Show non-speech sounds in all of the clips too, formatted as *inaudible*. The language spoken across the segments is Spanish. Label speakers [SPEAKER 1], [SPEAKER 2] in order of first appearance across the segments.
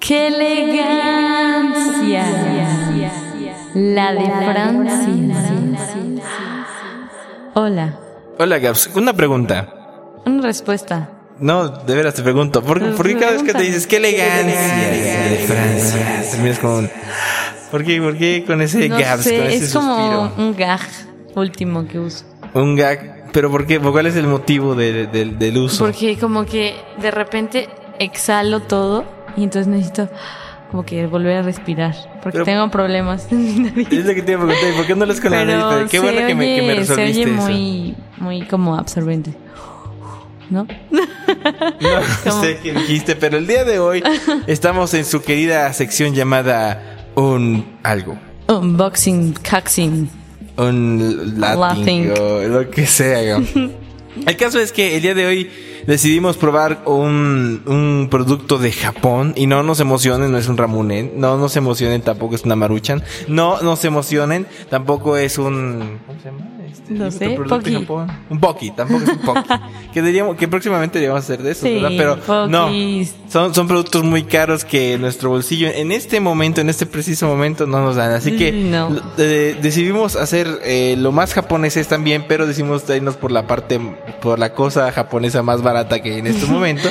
[SPEAKER 1] ¡Qué elegancia! La de Francia. Hola.
[SPEAKER 2] Hola, Gaps. Una pregunta.
[SPEAKER 1] Una respuesta.
[SPEAKER 2] No, de veras te pregunto. ¿Por,
[SPEAKER 1] Pues,
[SPEAKER 2] por qué cada vez que te dices qué elegancia de Francia? Terminas con. un- ¿Por qué, por qué con ese
[SPEAKER 1] No
[SPEAKER 2] Gaps? con
[SPEAKER 1] sé,
[SPEAKER 2] ese
[SPEAKER 1] es como
[SPEAKER 2] suspiro?
[SPEAKER 1] un gag último que uso.
[SPEAKER 2] Un gag. ¿Pero por qué? ¿Cuál es el motivo de- de- del uso?
[SPEAKER 1] Porque como que de repente exhalo todo y entonces necesito como que volver a respirar. Porque
[SPEAKER 2] Pero-
[SPEAKER 1] tengo problemas en mi nariz.
[SPEAKER 2] Es lo que te iba a preguntar. ¿y ¿Por qué no lo es con la nariz? Pero qué
[SPEAKER 1] se
[SPEAKER 2] bueno que, me, que me
[SPEAKER 1] oye-
[SPEAKER 2] resolviste
[SPEAKER 1] Se oye
[SPEAKER 2] eso.
[SPEAKER 1] muy, muy como absorbente. ¿No?
[SPEAKER 2] No sé qué dijiste, pero el día
[SPEAKER 1] *laughs*
[SPEAKER 2] de hoy estamos en su querida sección llamada Un algo.
[SPEAKER 1] Unboxing, caxing.
[SPEAKER 2] un
[SPEAKER 1] Latin.
[SPEAKER 2] latín o lo que sea.
[SPEAKER 1] *laughs*
[SPEAKER 2] ¿no? El caso es que el día de hoy decidimos probar un, un producto de Japón y no nos emocionen, no es un ramunen, no nos emocionen, tampoco es una maruchan, no nos emocionen, tampoco es un... ¿Cómo se llama? Este,
[SPEAKER 1] No
[SPEAKER 2] otro
[SPEAKER 1] sé,
[SPEAKER 2] producto de
[SPEAKER 1] poki.
[SPEAKER 2] Japón. Un poki, tampoco es un poki.
[SPEAKER 1] *laughs*
[SPEAKER 2] que, diríamos, que próximamente deberíamos hacer de eso,
[SPEAKER 1] Sí,
[SPEAKER 2] ¿verdad? Pero no,
[SPEAKER 1] pokis.
[SPEAKER 2] son, son productos muy caros que nuestro bolsillo en este momento, en este preciso momento, no nos dan. Así que
[SPEAKER 1] Mm, No.
[SPEAKER 2] lo- eh, decidimos hacer eh, lo más japoneses también, pero decidimos irnos por la parte, por la cosa japonesa más barata que hay en
[SPEAKER 1] *laughs*
[SPEAKER 2] este momento.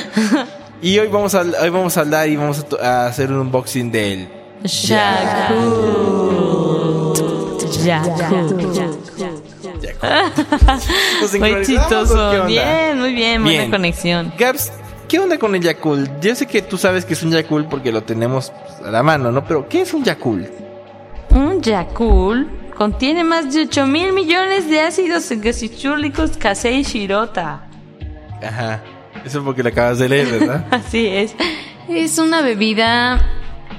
[SPEAKER 2] y hoy vamos a, hoy vamos a hablar y vamos a to- a, hacer un unboxing del
[SPEAKER 1] Yakut. Yakut.
[SPEAKER 2] Nos
[SPEAKER 1] Muy
[SPEAKER 2] sincronizamos, ¿o qué
[SPEAKER 1] chistoso.
[SPEAKER 2] onda?
[SPEAKER 1] Bien, muy bien, buena
[SPEAKER 2] Bien.
[SPEAKER 1] conexión.
[SPEAKER 2] Gaps, ¿qué onda con el Yakul? Yo sé que tú sabes que es un Yakul porque lo tenemos a la mano, ¿no? Pero ¿qué es un Yakul?
[SPEAKER 1] Un Yakul contiene más de 8 mil millones de ácidos gasichúrlicos Kasei Shirota.
[SPEAKER 2] Ajá. Eso porque lo acabas de leer,
[SPEAKER 1] *laughs*
[SPEAKER 2] ¿verdad?
[SPEAKER 1] Así es. Es una bebida,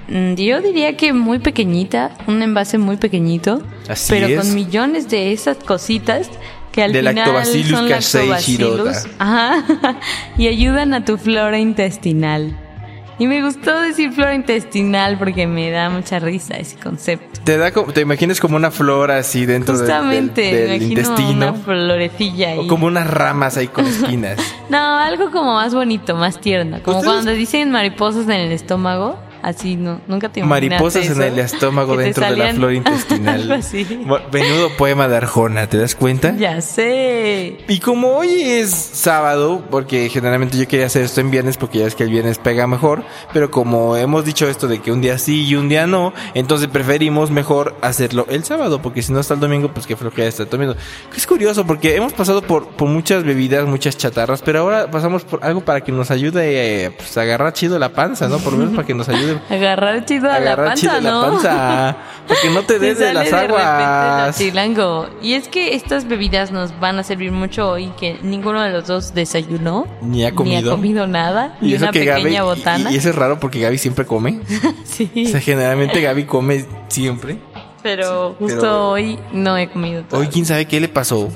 [SPEAKER 1] mm, yo diría que muy pequeñita, un envase muy pequeñito,
[SPEAKER 2] Así
[SPEAKER 1] pero
[SPEAKER 2] es.
[SPEAKER 1] con millones de esas cositas que al
[SPEAKER 2] De
[SPEAKER 1] final
[SPEAKER 2] lactobacillus
[SPEAKER 1] son
[SPEAKER 2] casei
[SPEAKER 1] lactobacillus,
[SPEAKER 2] shirota.
[SPEAKER 1] ajá, *laughs* y ayudan a tu flora intestinal. Y me gustó decir flora intestinal porque me da mucha risa ese concepto.
[SPEAKER 2] Te da co- te imaginas como una flor así dentro del-
[SPEAKER 1] Justamente,
[SPEAKER 2] del, del
[SPEAKER 1] me imagino
[SPEAKER 2] intestino.
[SPEAKER 1] una florecilla ahí.
[SPEAKER 2] O como unas ramas ahí
[SPEAKER 1] *laughs*
[SPEAKER 2] con espinas.
[SPEAKER 1] No, algo como más bonito, más tierno. Como
[SPEAKER 2] ¿Ustedes-
[SPEAKER 1] cuando dicen mariposas en el estómago. Así, no, nunca te imaginaste
[SPEAKER 2] Mariposas en
[SPEAKER 1] eso?
[SPEAKER 2] el
[SPEAKER 1] *laughs*
[SPEAKER 2] estómago
[SPEAKER 1] Que te
[SPEAKER 2] dentro de la
[SPEAKER 1] salían-
[SPEAKER 2] flor intestinal.
[SPEAKER 1] algo así.
[SPEAKER 2] Mo- Menudo poema de Arjona, ¿te das cuenta?
[SPEAKER 1] Ya sé.
[SPEAKER 2] Y como hoy es sábado, porque generalmente yo quería hacer esto en viernes porque ya es que el viernes pega mejor, pero como hemos dicho esto de que un día sí y un día no, entonces preferimos mejor hacerlo el sábado, porque si no hasta el domingo, pues que flojera hasta el domingo. Es curioso porque hemos pasado por, por muchas bebidas, muchas chatarras, pero ahora pasamos por algo para que nos ayude eh, pues, a agarrar chido la panza, ¿no? Por lo menos para que nos ayude
[SPEAKER 1] Agarrar chido a la
[SPEAKER 2] agarrar
[SPEAKER 1] panza,
[SPEAKER 2] chido
[SPEAKER 1] ¿no? *laughs*
[SPEAKER 2] la panza, porque no *laughs* te
[SPEAKER 1] Te
[SPEAKER 2] des de
[SPEAKER 1] sale
[SPEAKER 2] las
[SPEAKER 1] de repente
[SPEAKER 2] aguas.
[SPEAKER 1] lo chilango. Y es que estas bebidas nos van a servir mucho hoy que ninguno de los dos desayunó.
[SPEAKER 2] Ni ha comido.
[SPEAKER 1] nada. Y, una pequeña
[SPEAKER 2] Gaby,
[SPEAKER 1] botana.
[SPEAKER 2] Y, y eso es raro porque Gaby siempre come.
[SPEAKER 1] *laughs* sí.
[SPEAKER 2] O *laughs* sea, generalmente Gaby come siempre.
[SPEAKER 1] pero justo
[SPEAKER 2] pero-
[SPEAKER 1] hoy no he comido todo.
[SPEAKER 2] Hoy quién sabe qué le pasó.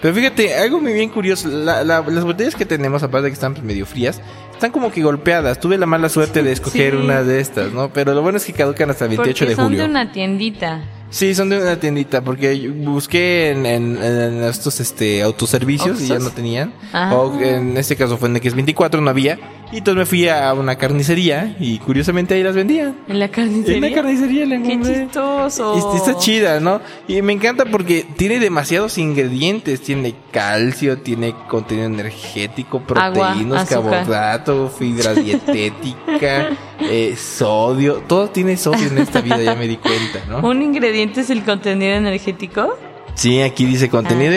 [SPEAKER 2] Pero fíjate, algo muy bien curioso. la- la- las botellas que tenemos, aparte de que están pues, medio frías, están como que golpeadas. Tuve la mala suerte de escoger
[SPEAKER 1] Sí.
[SPEAKER 2] una de estas, ¿no? Pero lo bueno es que caducan hasta el 28
[SPEAKER 1] Porque
[SPEAKER 2] de
[SPEAKER 1] son
[SPEAKER 2] julio.
[SPEAKER 1] de una tiendita.
[SPEAKER 2] Sí, son de una tiendita, porque yo busqué en, en- en estos este autoservicios y ya
[SPEAKER 1] Oxxos.
[SPEAKER 2] no tenían.
[SPEAKER 1] Ah.
[SPEAKER 2] O en este caso fue en el que es 24, no había. Y entonces me fui a una carnicería y curiosamente ahí las vendían.
[SPEAKER 1] En la carnicería.
[SPEAKER 2] En la carnicería la
[SPEAKER 1] Qué
[SPEAKER 2] encontré.
[SPEAKER 1] chistoso.
[SPEAKER 2] Y Está chida, ¿no? Y me encanta porque tiene demasiados ingredientes. Tiene calcio, tiene contenido energético,
[SPEAKER 1] Agua,
[SPEAKER 2] proteínas,
[SPEAKER 1] azúcar.
[SPEAKER 2] carbohidrato, fibra
[SPEAKER 1] *laughs*
[SPEAKER 2] dietética, eh, sodio. Todo tiene sodio en esta vida, ya me di cuenta, ¿no?
[SPEAKER 1] Un ingrediente es el contenido energético.
[SPEAKER 2] Sí, aquí dice contenido
[SPEAKER 1] Ah.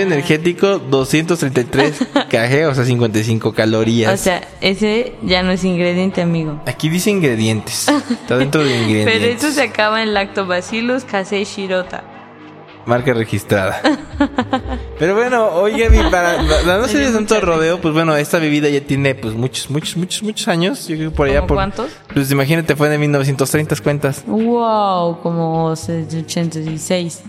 [SPEAKER 1] *laughs*
[SPEAKER 2] energético 233 kg, o sea, 55 calorías.
[SPEAKER 1] O sea, ese ya no es ingrediente, amigo.
[SPEAKER 2] aquí
[SPEAKER 1] *laughs*
[SPEAKER 2] dice ingredientes. Está dentro de
[SPEAKER 1] Pero
[SPEAKER 2] ingredientes.
[SPEAKER 1] eso se acaba en Lactobacillus casei shirota. *laughs*
[SPEAKER 2] Marca registrada. Pero bueno, oye, Gaby, para, dándose de tanto rodeo, pues bueno, esta bebida ya tiene pues muchos, muchos, muchos, muchos años. Yo creo que por allá
[SPEAKER 1] ¿Cómo
[SPEAKER 2] por.
[SPEAKER 1] cuántos?
[SPEAKER 2] Pues imagínate, fue de 1930 cuentas.
[SPEAKER 1] Wow, como 86.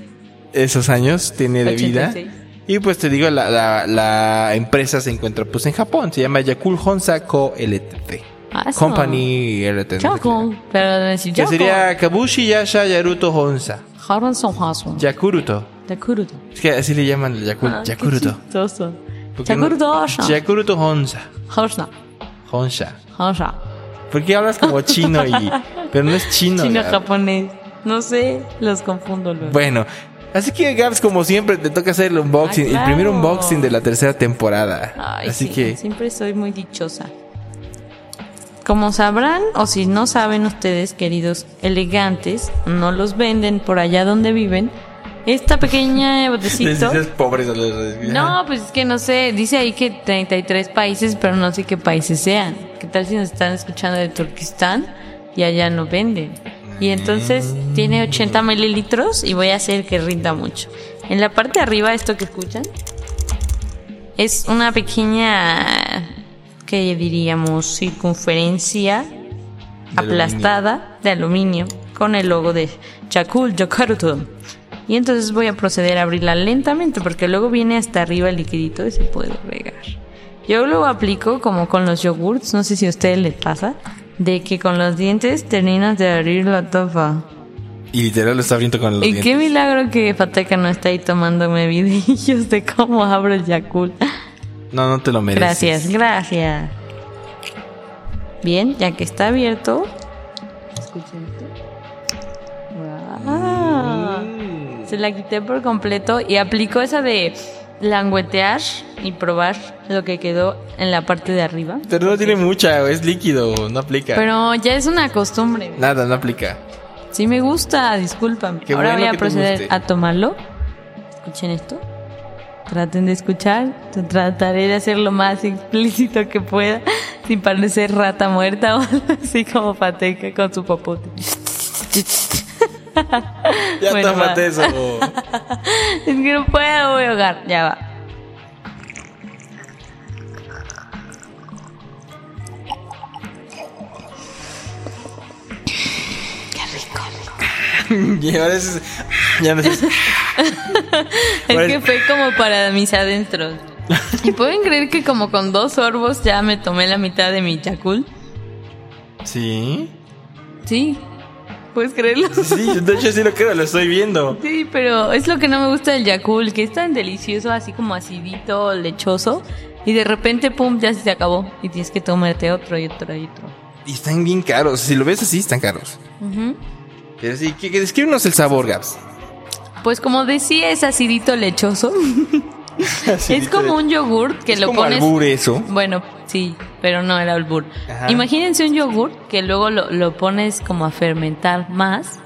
[SPEAKER 2] Esos años tiene de vida.
[SPEAKER 1] 86.
[SPEAKER 2] Y pues te digo, la, la, la empresa se encuentra pues en Japón. Se llama Yakul Honsa Co. Ltd.
[SPEAKER 1] Ah, eso.
[SPEAKER 2] Company Ltd.
[SPEAKER 1] Charcoal. Pero decir
[SPEAKER 2] Que
[SPEAKER 1] charcoal.
[SPEAKER 2] sería Kabushi Yasha Yaruto Honsa.
[SPEAKER 1] Haranson Hasun.
[SPEAKER 2] Yakuruto.
[SPEAKER 1] Yakuruto.
[SPEAKER 2] Es que así le llaman el Yakul-
[SPEAKER 1] Ah, qué
[SPEAKER 2] Yakuruto.
[SPEAKER 1] chistoso.
[SPEAKER 2] ¿Por qué no?
[SPEAKER 1] Yakuruto Hosha.
[SPEAKER 2] Yakuruto Honsa.
[SPEAKER 1] Hosha.
[SPEAKER 2] Honsha.
[SPEAKER 1] Hosha.
[SPEAKER 2] ¿Por qué hablas como chino y.?
[SPEAKER 1] *laughs*
[SPEAKER 2] Pero no es chino.
[SPEAKER 1] Chino
[SPEAKER 2] Gab.
[SPEAKER 1] japonés. No sé, los confundo luego.
[SPEAKER 2] Bueno, así que Gabs, como siempre, te toca hacer el unboxing,
[SPEAKER 1] Ah, claro.
[SPEAKER 2] el primer unboxing de la tercera temporada.
[SPEAKER 1] Ay,
[SPEAKER 2] así
[SPEAKER 1] sí,
[SPEAKER 2] que.
[SPEAKER 1] siempre soy muy dichosa. Como sabrán, o si no saben ustedes, queridos elegantes, no los venden por allá donde viven. Esta
[SPEAKER 2] *laughs*
[SPEAKER 1] pequeña
[SPEAKER 2] Les
[SPEAKER 1] botecito.
[SPEAKER 2] dices pobres a los.
[SPEAKER 1] No, pues es que no sé, dice ahí que 33 países, pero no sé qué países sean. ¿Qué tal si nos están escuchando de Turquistán y allá no venden? Y entonces tiene 80 mililitros y voy a hacer que rinda mucho. En la parte de arriba, esto que escuchan, es una pequeña, que diríamos, circunferencia aplastada de aluminio con el logo de Chakul Yokaruto. Y entonces voy a proceder a abrirla lentamente porque luego viene hasta arriba el liquidito y se puede pegar. Yo lo aplico como con los yogurts, no sé si a ustedes les pasa, de que con los dientes terminas de abrir la tapa.
[SPEAKER 2] Y literal lo está abriendo con los
[SPEAKER 1] Y
[SPEAKER 2] dientes.
[SPEAKER 1] qué milagro que Fateca no está ahí tomándome *laughs* videillos de cómo abro el Yakul.
[SPEAKER 2] No, no te lo
[SPEAKER 1] Gracias,
[SPEAKER 2] mereces.
[SPEAKER 1] gracias. Bien, ya que está abierto. Escuchen esto. Guau. Se la quité por completo y aplicó esa de languetear y probar lo que quedó en la parte de arriba.
[SPEAKER 2] Pero no tiene mucha, es líquido, no aplica.
[SPEAKER 1] Pero ya es una costumbre.
[SPEAKER 2] Nada, no aplica.
[SPEAKER 1] Sí me gusta, discúlpame.
[SPEAKER 2] Qué
[SPEAKER 1] Ahora voy
[SPEAKER 2] bueno que
[SPEAKER 1] a
[SPEAKER 2] te
[SPEAKER 1] proceder
[SPEAKER 2] guste.
[SPEAKER 1] a tomarlo. Escuchen esto. Traten de escuchar. Trataré de hacer lo más explícito que pueda, sin parecer rata muerta o *laughs* algo así como pateca con su popote.
[SPEAKER 2] *laughs* Ya
[SPEAKER 1] Bueno,
[SPEAKER 2] tómate
[SPEAKER 1] va. *laughs*
[SPEAKER 2] eso.
[SPEAKER 1] Es que no puedo, voy a ahogar. Ya va.
[SPEAKER 2] y ahora es. Ya no sé.
[SPEAKER 1] Es
[SPEAKER 2] Bueno.
[SPEAKER 1] que fue como para mis
[SPEAKER 2] *laughs*
[SPEAKER 1] adentros. ¿Y pueden creer que como con dos sorbos ya me tomé la mitad de mi chacul?
[SPEAKER 2] Sí.
[SPEAKER 1] Sí. ¿Puedes creerlo?
[SPEAKER 2] Sí, de hecho sí lo creo, lo estoy viendo.
[SPEAKER 1] Sí, pero es lo que no me gusta del Yakul, que es tan delicioso, así como acidito, lechoso, y de repente, pum, ya se te acabó, y tienes que tomarte otro y otro y otro.
[SPEAKER 2] Y están bien caros. Si lo ves así, están caros.
[SPEAKER 1] Ujú.
[SPEAKER 2] Pero sí, que, que descríbenos el sabor, *laughs* Gaps.
[SPEAKER 1] Pues como decía, es acidito, lechoso. es como un yogurt que
[SPEAKER 2] Es
[SPEAKER 1] lo
[SPEAKER 2] como
[SPEAKER 1] pones...
[SPEAKER 2] albur eso.
[SPEAKER 1] Bueno, sí, pero no era albur.
[SPEAKER 2] Ajá.
[SPEAKER 1] Imagínense un yogur que luego lo, lo pones como a fermentar más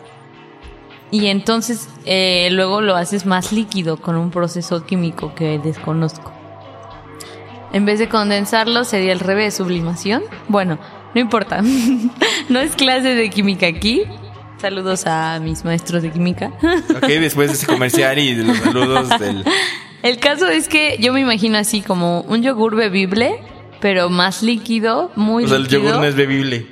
[SPEAKER 1] y entonces eh, luego lo haces más líquido con un proceso químico que desconozco. En vez de condensarlo sería al revés, sublimación. Bueno, no importa. *laughs* no es clase de química aquí. Saludos a mis maestros de química. *laughs*
[SPEAKER 2] Ok, después de ese comercial y de los saludos del.
[SPEAKER 1] El caso es que yo me imagino así como un yogur bebible, pero más líquido, *laughs* muy
[SPEAKER 2] O sea, el
[SPEAKER 1] líquido.
[SPEAKER 2] yogur no es bebible.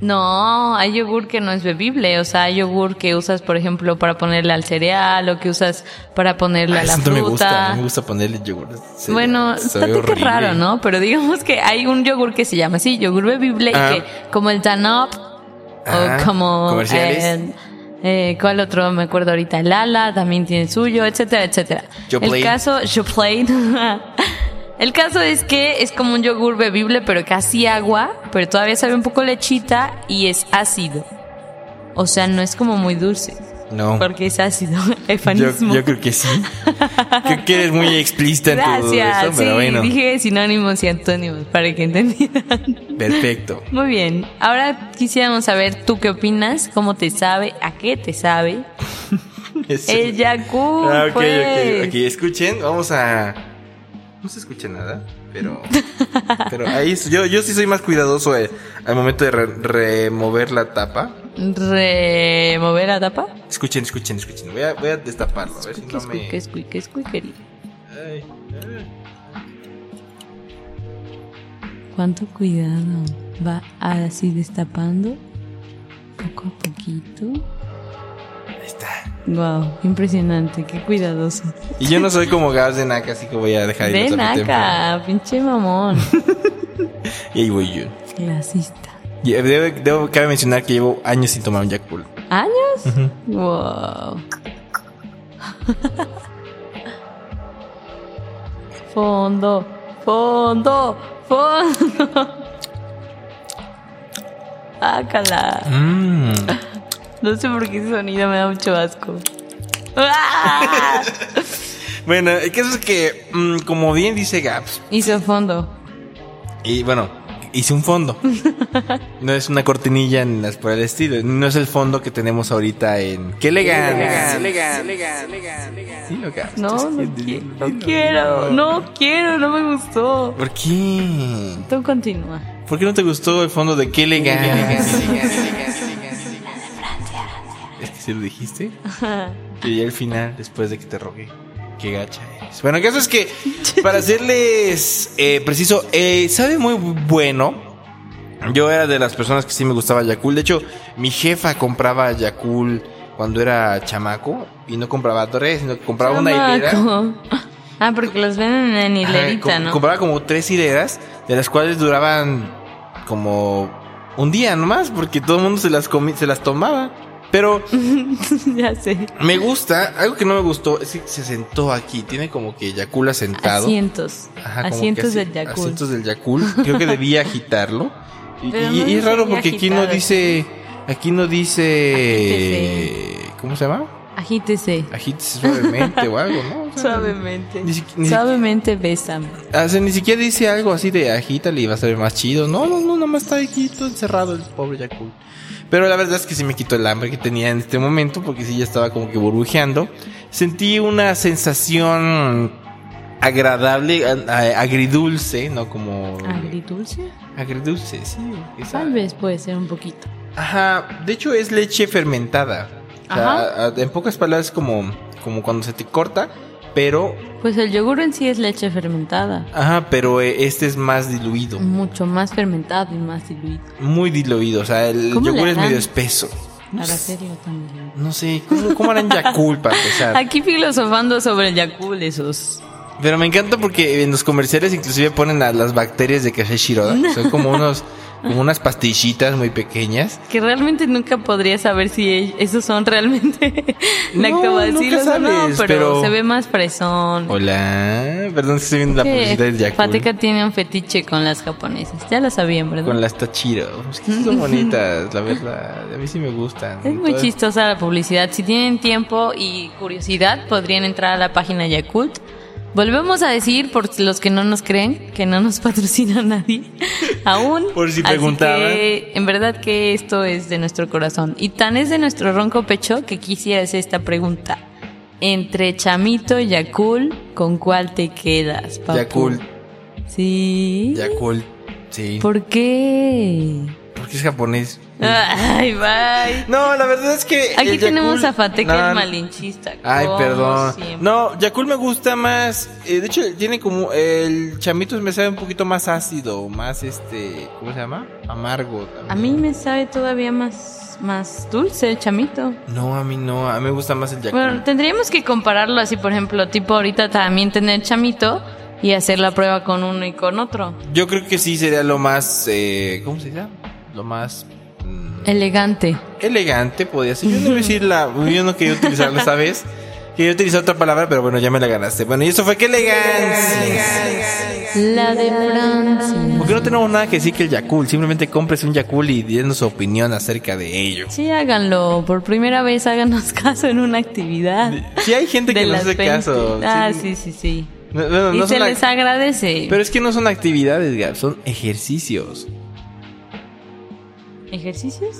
[SPEAKER 1] No, hay yogur que no es bebible, o sea, hay yogur que usas, por ejemplo, para ponerle al cereal o que usas para ponerle
[SPEAKER 2] Ah,
[SPEAKER 1] a la
[SPEAKER 2] eso no me gusta,
[SPEAKER 1] fruta.
[SPEAKER 2] no me gusta ponerle yogur. Se-
[SPEAKER 1] bueno,
[SPEAKER 2] se
[SPEAKER 1] está
[SPEAKER 2] ve
[SPEAKER 1] que
[SPEAKER 2] horrible.
[SPEAKER 1] raro, ¿no? Pero digamos que hay un yogur que se llama así, yogur bebible, y
[SPEAKER 2] Ah.
[SPEAKER 1] que como el Danop
[SPEAKER 2] Ah,
[SPEAKER 1] o como
[SPEAKER 2] comerciales.
[SPEAKER 1] el- eh, ¿Cuál otro me acuerdo ahorita? Lala también tiene el suyo, etcétera, etcétera.
[SPEAKER 2] Yoplait.
[SPEAKER 1] El caso, Yoplait. *laughs* El caso es que es como un yogur bebible, pero casi agua, pero todavía sabe un poco lechita y es ácido. O sea, no es como muy dulce,
[SPEAKER 2] No.
[SPEAKER 1] porque es ácido,
[SPEAKER 2] Oh.
[SPEAKER 1] *laughs*
[SPEAKER 2] Yo,
[SPEAKER 1] efanismo.
[SPEAKER 2] yo creo que sí. Creo que eres muy explícita en tu
[SPEAKER 1] Gracias,
[SPEAKER 2] eso, pero
[SPEAKER 1] sí,
[SPEAKER 2] bueno.
[SPEAKER 1] dije sinónimos y antónimos para que entendieran.
[SPEAKER 2] Perfecto.
[SPEAKER 1] *laughs* Muy bien, ahora quisiéramos saber tú qué opinas, cómo te sabe, a qué te sabe.
[SPEAKER 2] Eso.
[SPEAKER 1] El Yakul,
[SPEAKER 2] Ah, ok, ok,
[SPEAKER 1] pues.
[SPEAKER 2] ok. Escuchen, vamos a. No se escucha nada. pero, pero ahí es- yo, yo sí soy más cuidadoso eh, al momento de re- remover la tapa.
[SPEAKER 1] ¿Remover la tapa?
[SPEAKER 2] Escuchen, escuchen, escuchen. Voy a, voy a destaparlo, a ver si
[SPEAKER 1] Squeaky,
[SPEAKER 2] no
[SPEAKER 1] squeaky,
[SPEAKER 2] me...
[SPEAKER 1] squeaky, squeaky.
[SPEAKER 2] Ay, ay.
[SPEAKER 1] Cuánto cuidado. Va así destapando. Poco a poquito.
[SPEAKER 2] Ahí está.
[SPEAKER 1] Wow, impresionante, qué cuidadoso.
[SPEAKER 2] Y yo no soy como Gabs de Naka, así que voy a dejar ir la
[SPEAKER 1] Ven
[SPEAKER 2] tapa temprano.
[SPEAKER 1] acá, pinche mamón.
[SPEAKER 2] *laughs* Y ahí voy yo.
[SPEAKER 1] Clasista.
[SPEAKER 2] Y, eh, Debo, debo- cabe mencionar que llevo años sin tomar un Jack Bull.
[SPEAKER 1] ¿Años? Wow. fondo, fondo, fondo. Ácala.
[SPEAKER 2] Mmm.
[SPEAKER 1] No sé por qué ese sonido me da mucho
[SPEAKER 2] *laughs*
[SPEAKER 1] asco. ¡Ah!
[SPEAKER 2] Bueno, el caso es que, mm, como bien dice Gaps,
[SPEAKER 1] Hizo fondo.
[SPEAKER 2] y bueno, hice un *laughs* fondo. No es una cortinilla ni las por el estilo. No es el fondo que tenemos ahorita en. ¡Qué elegante! Dilo, Gaps.
[SPEAKER 1] No, no,
[SPEAKER 2] Es que-
[SPEAKER 1] qui- no
[SPEAKER 2] dilo,
[SPEAKER 1] quiero,
[SPEAKER 2] dilo.
[SPEAKER 1] no quiero, no me gustó.
[SPEAKER 2] ¿Por qué?
[SPEAKER 1] Tú continúa.
[SPEAKER 2] ¿Por qué no te gustó el fondo de qué elegante? Es que se lo dijiste. Y ya al final, después de que te rogué, qué gacha eres. Bueno, el caso es que, para serles eh, preciso, eh, sabe muy bueno. Yo era de las personas que sí me gustaba Yakul. De hecho, mi jefa compraba Yakul cuando era chamaco y no compraba tres, sino que compraba una hilera.
[SPEAKER 1] Chamaco. Ah, porque los venden en
[SPEAKER 2] ¿eh? Ajá,
[SPEAKER 1] hilerita,
[SPEAKER 2] com-
[SPEAKER 1] ¿no?
[SPEAKER 2] Compraba como tres hileras, de las cuales duraban como un día nomás, porque todo el mundo se las, comi- se las tomaba. Pero
[SPEAKER 1] *laughs* ya sé.
[SPEAKER 2] Me gusta, algo que no me gustó es que se sentó aquí, tiene como que Yakul sentado.
[SPEAKER 1] Asientos.
[SPEAKER 2] Ajá, como que
[SPEAKER 1] asientos
[SPEAKER 2] asi-
[SPEAKER 1] del Yakul.
[SPEAKER 2] Asientos del Yakul. Creo que debía agitarlo. Y,
[SPEAKER 1] Pero
[SPEAKER 2] y-
[SPEAKER 1] no
[SPEAKER 2] y es
[SPEAKER 1] se
[SPEAKER 2] raro
[SPEAKER 1] veía
[SPEAKER 2] porque aquí no
[SPEAKER 1] agitado.
[SPEAKER 2] dice. Aquí no dice. ¿Cómo se llama?
[SPEAKER 1] Agítese.
[SPEAKER 2] Agítese suavemente o algo, ¿no? O sea,
[SPEAKER 1] Suavemente.
[SPEAKER 2] Ni siqui- ni
[SPEAKER 1] Suavemente bésame.
[SPEAKER 2] Ah, o sea, ni siquiera dice algo así de agítale y va a ser más chido. No, no, no, nomás está aquí todo encerrado el pobre Yakul. Pero la verdad es que sí me quitó el hambre que tenía en este momento porque sí ya estaba como que burbujeando. Sentí una sensación agradable, a- a- agridulce, ¿no? Como...
[SPEAKER 1] ¿Agridulce?
[SPEAKER 2] Agridulce, sí. esa-
[SPEAKER 1] Tal vez puede ser un poquito.
[SPEAKER 2] Ajá, de hecho es leche fermentada. O sea,
[SPEAKER 1] Ajá.
[SPEAKER 2] a- en pocas palabras es como, como cuando se te corta, pero...
[SPEAKER 1] Pues el yogur en sí es leche fermentada.
[SPEAKER 2] Ajá, pero eh, este es más diluido.
[SPEAKER 1] Mucho más fermentado y más diluido.
[SPEAKER 2] muy diluido. O sea, el
[SPEAKER 1] ¿Cómo le
[SPEAKER 2] yogur es
[SPEAKER 1] harán?
[SPEAKER 2] medio espeso. No,
[SPEAKER 1] Para
[SPEAKER 2] sé-
[SPEAKER 1] hacerlo también.
[SPEAKER 2] no sé, ¿cómo, cómo harán Yakul para empezar?
[SPEAKER 1] Aquí filosofando sobre el Yakul, esos.
[SPEAKER 2] Pero me encanta porque en los comerciales inclusive ponen a las bacterias de café Shiroda. que Son como unos como unas pastillitas muy pequeñas.
[SPEAKER 1] Que realmente nunca podría saber si e- esos son realmente *laughs*
[SPEAKER 2] No,
[SPEAKER 1] lactobacilos
[SPEAKER 2] nunca
[SPEAKER 1] o no,
[SPEAKER 2] sabes,
[SPEAKER 1] pero,
[SPEAKER 2] pero-
[SPEAKER 1] se ve más fresón.
[SPEAKER 2] Hola, perdón que estoy viendo la
[SPEAKER 1] Que
[SPEAKER 2] publicidad del Yakul.
[SPEAKER 1] Pateca tiene un fetiche con las japonesas. Ya lo sabían, ¿verdad?
[SPEAKER 2] Con las Tachiro. Es que sí son bonitas, la verdad. A mí sí me gustan.
[SPEAKER 1] Es muy
[SPEAKER 2] Todas-
[SPEAKER 1] chistosa la publicidad. Si tienen tiempo y curiosidad, podrían entrar a la página Yakult. Volvemos a decir, por los que no nos creen, que no nos *laughs* patrocina nadie *laughs* aún.
[SPEAKER 2] Por si
[SPEAKER 1] Así
[SPEAKER 2] preguntaban.
[SPEAKER 1] que, en verdad que esto es de nuestro corazón. Y tan es de nuestro ronco pecho que quisieras esta pregunta. Entre Chamito y Yakult, ¿con cuál te quedas, papu?
[SPEAKER 2] Yakult,
[SPEAKER 1] Sí.
[SPEAKER 2] Yakult. Sí.
[SPEAKER 1] ¿Por qué?
[SPEAKER 2] Porque es japonés.
[SPEAKER 1] Ay, bye.
[SPEAKER 2] No, la verdad es que.
[SPEAKER 1] Aquí
[SPEAKER 2] el
[SPEAKER 1] tenemos
[SPEAKER 2] Yakult-
[SPEAKER 1] a Fateca
[SPEAKER 2] No,
[SPEAKER 1] el
[SPEAKER 2] no.
[SPEAKER 1] malinchista.
[SPEAKER 2] Ay,
[SPEAKER 1] como
[SPEAKER 2] perdón.
[SPEAKER 1] Oh, siempre.
[SPEAKER 2] No, Yakul me gusta más. eh, de hecho, tiene como. El chamito me sabe un poquito más ácido, más este. ¿Cómo se llama? Amargo. también.
[SPEAKER 1] A mí me sabe todavía más, más dulce el chamito.
[SPEAKER 2] No, a mí no. A mí me gusta más el Yakul.
[SPEAKER 1] Bueno, tendríamos que compararlo así, por ejemplo, tipo ahorita también tener chamito y hacer la prueba con uno y con otro.
[SPEAKER 2] Yo creo que sí sería lo más. eh, ¿Cómo se llama? Lo más. mm,
[SPEAKER 1] Elegante. decir
[SPEAKER 2] elegante, podría ser. Yo no iba a decir la. Yo no quería
[SPEAKER 1] *laughs*
[SPEAKER 2] utilizarla esta vez. Quería utilizar otra palabra, pero bueno, ya me la ganaste. Bueno, y eso fue que elegancia.
[SPEAKER 1] La de Francia.
[SPEAKER 2] Porque no tenemos nada que decir que el Yakul. Simplemente compres un Yakul y dienos su opinión acerca de ello.
[SPEAKER 1] Sí, háganlo. Por primera vez háganos *laughs* caso en una actividad.
[SPEAKER 2] Sí hay gente que
[SPEAKER 1] De
[SPEAKER 2] no
[SPEAKER 1] las
[SPEAKER 2] hace
[SPEAKER 1] 20.
[SPEAKER 2] caso.
[SPEAKER 1] Ah, sí, sí, sí.
[SPEAKER 2] No- bueno,
[SPEAKER 1] y
[SPEAKER 2] no
[SPEAKER 1] se
[SPEAKER 2] son ac-
[SPEAKER 1] les agradece.
[SPEAKER 2] Pero es que no son actividades, Gab, son ejercicios.
[SPEAKER 1] ¿Ejercicios?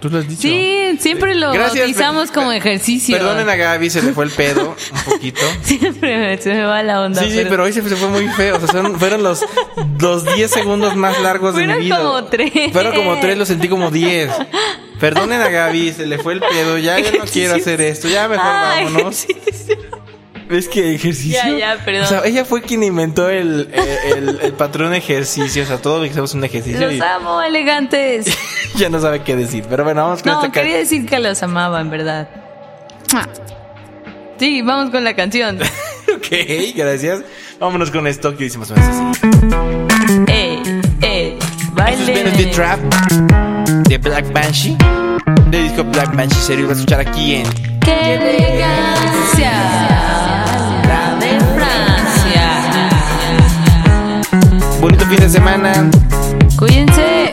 [SPEAKER 2] Tú lo has dicho.
[SPEAKER 1] Sí, siempre lo
[SPEAKER 2] Gracias,
[SPEAKER 1] bautizamos
[SPEAKER 2] per-
[SPEAKER 1] como
[SPEAKER 2] per-
[SPEAKER 1] ejercicio.
[SPEAKER 2] Perdonen a Gaby, se le fue el pedo un poquito.
[SPEAKER 1] *laughs* Siempre me- se me va la onda.
[SPEAKER 2] Sí, sí, pero hoy se se fue muy feo. O sea, son- fueron los, los 10 segundos más largos de
[SPEAKER 1] Fueron
[SPEAKER 2] mi vida.
[SPEAKER 1] como tres.
[SPEAKER 2] Fueron como 3, lo sentí como 10. Perdonen a Gaby, se le fue el pedo. Ya, ya
[SPEAKER 1] *laughs*
[SPEAKER 2] no quiero hacer esto. Ya mejor
[SPEAKER 1] Ah, *laughs*
[SPEAKER 2] vámonos.
[SPEAKER 1] ejercicio.
[SPEAKER 2] Es que ejercicio.
[SPEAKER 1] Ya, ya, perdón.
[SPEAKER 2] O sea, ella fue quien inventó el, el, el- el patrón ejercicio. O sea, todo lo que hacemos es un ejercicio
[SPEAKER 1] Los amo, elegantes.
[SPEAKER 2] *laughs* y ya no sabe qué decir. Pero bueno, vamos con
[SPEAKER 1] No,
[SPEAKER 2] esta ca-
[SPEAKER 1] quería decir que los amaba, en verdad. Sí, vamos con la canción.
[SPEAKER 2] *laughs* *laughs* Ok, gracias. Vámonos con esto que hicimos más así.
[SPEAKER 1] Ey, ey,
[SPEAKER 2] Esto es Benedict
[SPEAKER 1] Eh, baile.
[SPEAKER 2] Trap de Black Banshee. De disco Black Banshee serio. Vas a escuchar aquí en.
[SPEAKER 1] ¡Qué elegancia! La de Francia.
[SPEAKER 2] Bonito fin de semana.
[SPEAKER 1] Cuídense.